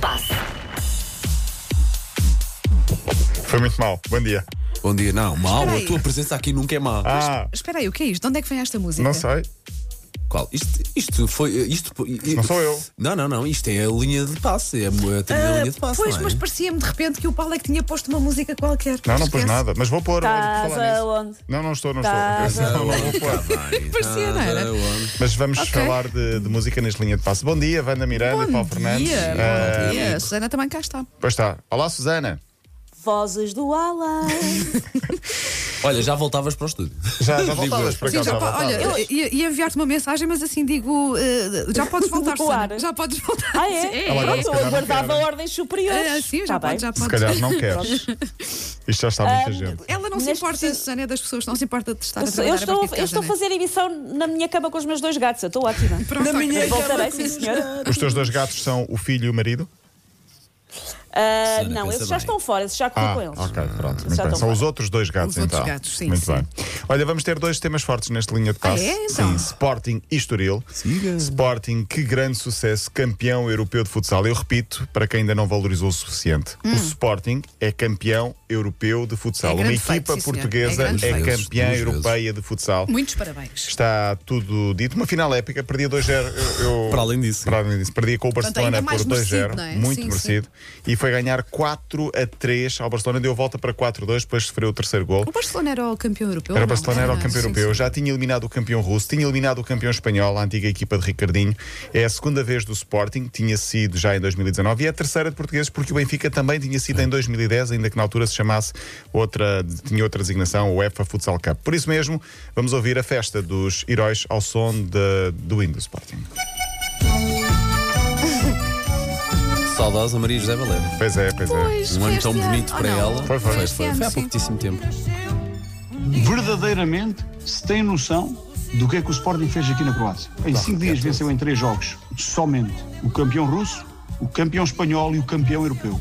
passe. Foi muito mal. Bom dia. Bom dia, não, mal, Espera aí. a tua presença aqui nunca é má. Ah, Espera aí, o que é isto? De onde é que vem esta música? não sei. Qual? Isto, isto foi. Isto, Não sou eu. Não, não, não. Isto é a linha de passe. É a, mo- a trilha da linha de passe. Ah, Pois, não é? mas parecia-me de repente que o Paulo é que tinha posto uma música qualquer. Não, não pus Esquece. nada. Mas vou pôr. vou Estás falar nisso. aonde? Não, não estou, não Estás estou. Não, não vou pôr. Parecia, não era? Mas vamos falar de, de música nas linhas de passo. Bom dia, Wanda Miranda, Paulo Bom Fernandes. dia, Ah, bom dia. A Susana também cá está. pois está. Olá, Susana. Vozes do além. Olha, já voltavas para o estúdio. Já, já Digo voltavas eu. para Sim, cá. já, pa- olha, voltavas. eu ia, ia enviar-te uma mensagem, mas assim digo, eh, já podes voltar, Vou voar. Susana. Já podes voltar. Ah, é? Ela disse Pronto, que eu não aguardava quer. ordens superiores. Ah, sim, já Tá bem. podes, já Se podes. calhar não queres. Isto já está muita gente. Ela não se Neste- importa, a Susana é das pessoas, que não se importa de estar a Eu, sou- trabalhar eu a estou, partir de eu casa, estou a né? fazer emissão na minha cama com os meus dois gatos. Eu estou ótima. Pronto, ok. Voltarei, sim, senhora. Os teus dois gatos são o filho e o marido? Ah, Susana, não, pensa esses já bem. estão fora, esses já comi com eles. Ah, ok, pronto. Já Muito bem. estão São os fora. outros dois gatos, Os outros então. gatos, sim, Muito sim. bem. Olha, vamos ter dois temas fortes neste linha de passe. Ah, é? Então. Sim, Sporting e Estoril. Siga. Sporting, que grande sucesso, campeão europeu de futsal. Eu repito, para quem ainda não valorizou o suficiente, o Sporting é campeão europeu de futsal. Hum. É Uma grande equipa feito, sim, senhor. portuguesa É grande é, feito. campeã Duas vezes. europeia de futsal. Muitos parabéns. Está tudo dito. Uma final épica. Perdia 2-0. Eu, eu- Para além disso. Para além disso. Perdia com o Portanto, Barcelona ainda mais por 2-0. merecido, não é? Muito Sim, sim. merecido. E foi ganhar 4 a 3 ao Barcelona. Deu volta para 4 a 2. Depois sofreu o terceiro gol. O Barcelona era o campeão europeu. Era o não? Ah, Barcelona, era o campeão sim, europeu. sim. Já tinha eliminado o campeão russo, tinha eliminado o campeão espanhol, a antiga equipa de Ricardinho. É a segunda vez do Sporting, tinha sido já em 2019, e é a terceira de portugueses, porque o Benfica também tinha sido em 2010, ainda que na altura se chamasse outra, tinha outra designação, o UEFA Futsal Cup. Por isso mesmo, vamos ouvir a festa dos heróis ao som de- do hino do Sporting. Saudosa Maria José Valério. Pois é, pois é. Pois, Um foi ano tão este bonito ano. para Oh, não, ela. Foi, foi. Foi, este foi. ano, Foi há sim. pouquíssimo tempo. verdadeiramente se tem noção do que é que o Sporting fez aqui na Croácia. Em cinco dias venceu em três jogos, somente o campeão russo, o campeão espanhol e o campeão europeu.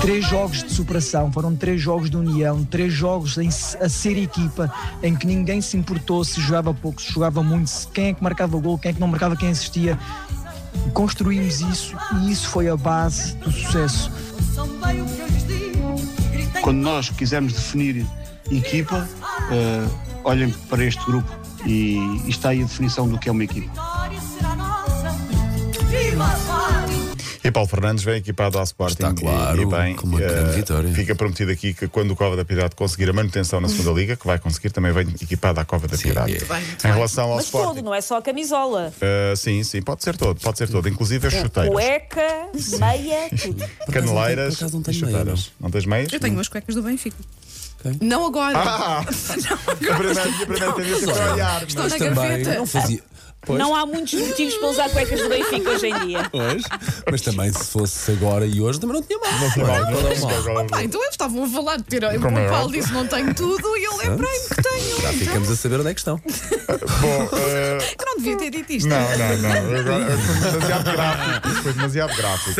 Três jogos de superação, foram três jogos de união, três jogos em, se- a ser equipa, em que ninguém se importou se jogava pouco, se jogava muito, se quem é que marcava gol, quem é que não marcava, quem assistia. Construímos isso e isso foi a base do sucesso. Quando nós quisermos definir equipa, eh, olhem para este grupo e, e está aí a definição do que é uma equipa. E Paulo Fernandes vem equipado ao Sporting. Está claro, e, e bem, com uma grande eh, vitória. Fica prometido aqui que quando o Cova da Piedade conseguir a manutenção na segunda liga, que vai conseguir, também vem equipado à Cova da Piedade. é. Muito bem, muito Em bem. relação ao Mas Sporting. todo, não é só a camisola. eh, sim, sim, pode ser todo, pode ser todo. Inclusive as chuteiras. É Cueca, meia, tudo. Caneleiras Por acaso não e tenho- por acaso não tenho chuteiras. meias. Não tens meias? Eu tenho umas cuecas do Benfica. Ok. Não agora. Ah! a primeira, a primeira tendência é foi olhar. Estou mas- na Também gaveta. não fazia. Pois, Não há muitos motivos para usar cuecas do Benfica hoje em dia. pois. Mas também se fosse agora e hoje também não tinha mal. Não Não, não, não, Qual é o não, mal? não, não. Pá, então eles estavam a falar de ter. O Como é Paulo óbvio. disse não tenho tudo e eu lembrei-me que tenho. Já ficamos a saber onde é que estão. Bom, eh, Eu não devia ter dito isto. Não, não, não. Agora, foi demasiado gráfico. Isso Foi demasiado gráfico.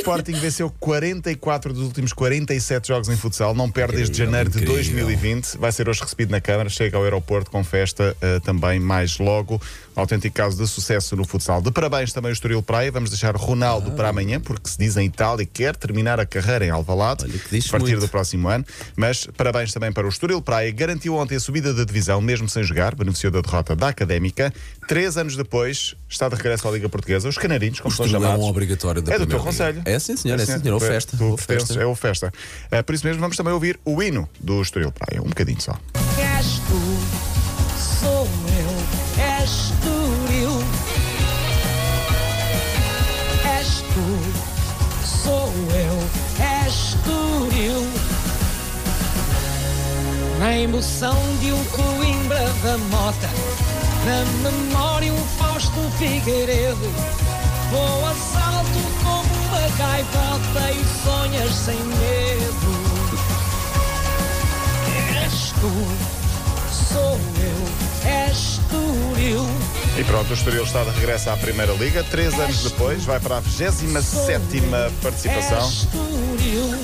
Sporting venceu 44 dos últimos 47 jogos em futsal. Não perde desde Incrível, janeiro de incrível. 2020. Vai ser hoje recebido na Câmara. Chega ao aeroporto com festa eh, também mais logo. Autêntico caso de sucesso no futsal. De parabéns também o Estoril Praia. Vamos deixar Ah. Ronaldo para amanhã, porque se diz em Itália que quer terminar a carreira em Alvalade. Olha que diz a partir muito. do próximo ano. Mas parabéns também para o Estoril Praia. Garantiu ontem a subida da divisão, mesmo sem jogar. Beneficiou da derrota da Académica. Três anos depois, está de regresso à Liga Portuguesa. Os Canarinhos, como O são Estoril é chamados. um obrigatório da É do teu Primeira Liga. conselho. É sim, senhor, é sim, senhor. Ou festa. Tu Ou pertences, festa. É o festa. Eh, por isso mesmo, vamos também ouvir o hino do Estoril Praia. Um bocadinho só. És tu, sou eu, és tu, eu. És tu, sou eu, és tu, eu. Na emoção de um Coimbra da Mota, na memória um Fausto Figueiredo. Vou a salto como uma gaivota e sonhas sem medo. És tu sou eu, és tu, eu. E pronto, o Estoril está de regresso à Primeira Liga. Três anos depois, vai para a 27 participação. És tu, eu.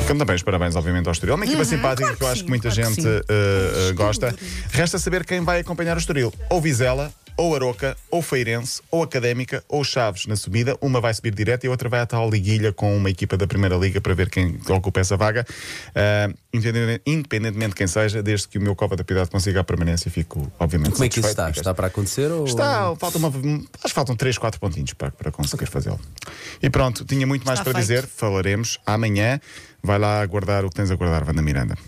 Ficamos também os parabéns, obviamente, ao Estoril. É uma equipa simpática Uhum, claro que eu acho que sim, que muita eh, claro que gente sim. eh, eh, gosta. Resta saber quem vai acompanhar o Estoril. Ou Vizela ou Aroca, ou Feirense, ou Académica, ou Chaves na subida. Uma vai subir direto e a outra vai à tal liguilha com uma equipa da Primeira Liga para ver quem ocupa essa vaga. Ah, independente- independentemente de quem seja, desde que o meu Cova da Piedade consiga a permanência, fico, obviamente, Como é que isso está? satisfeito. Está para acontecer ou. Está, falta uma, acho que faltam 3, 4 pontinhos para, para conseguir fazê-lo. E pronto, tinha muito mais Está para dizer, falaremos amanhã. Vai lá guardar o que tens a guardar, Wanda Miranda.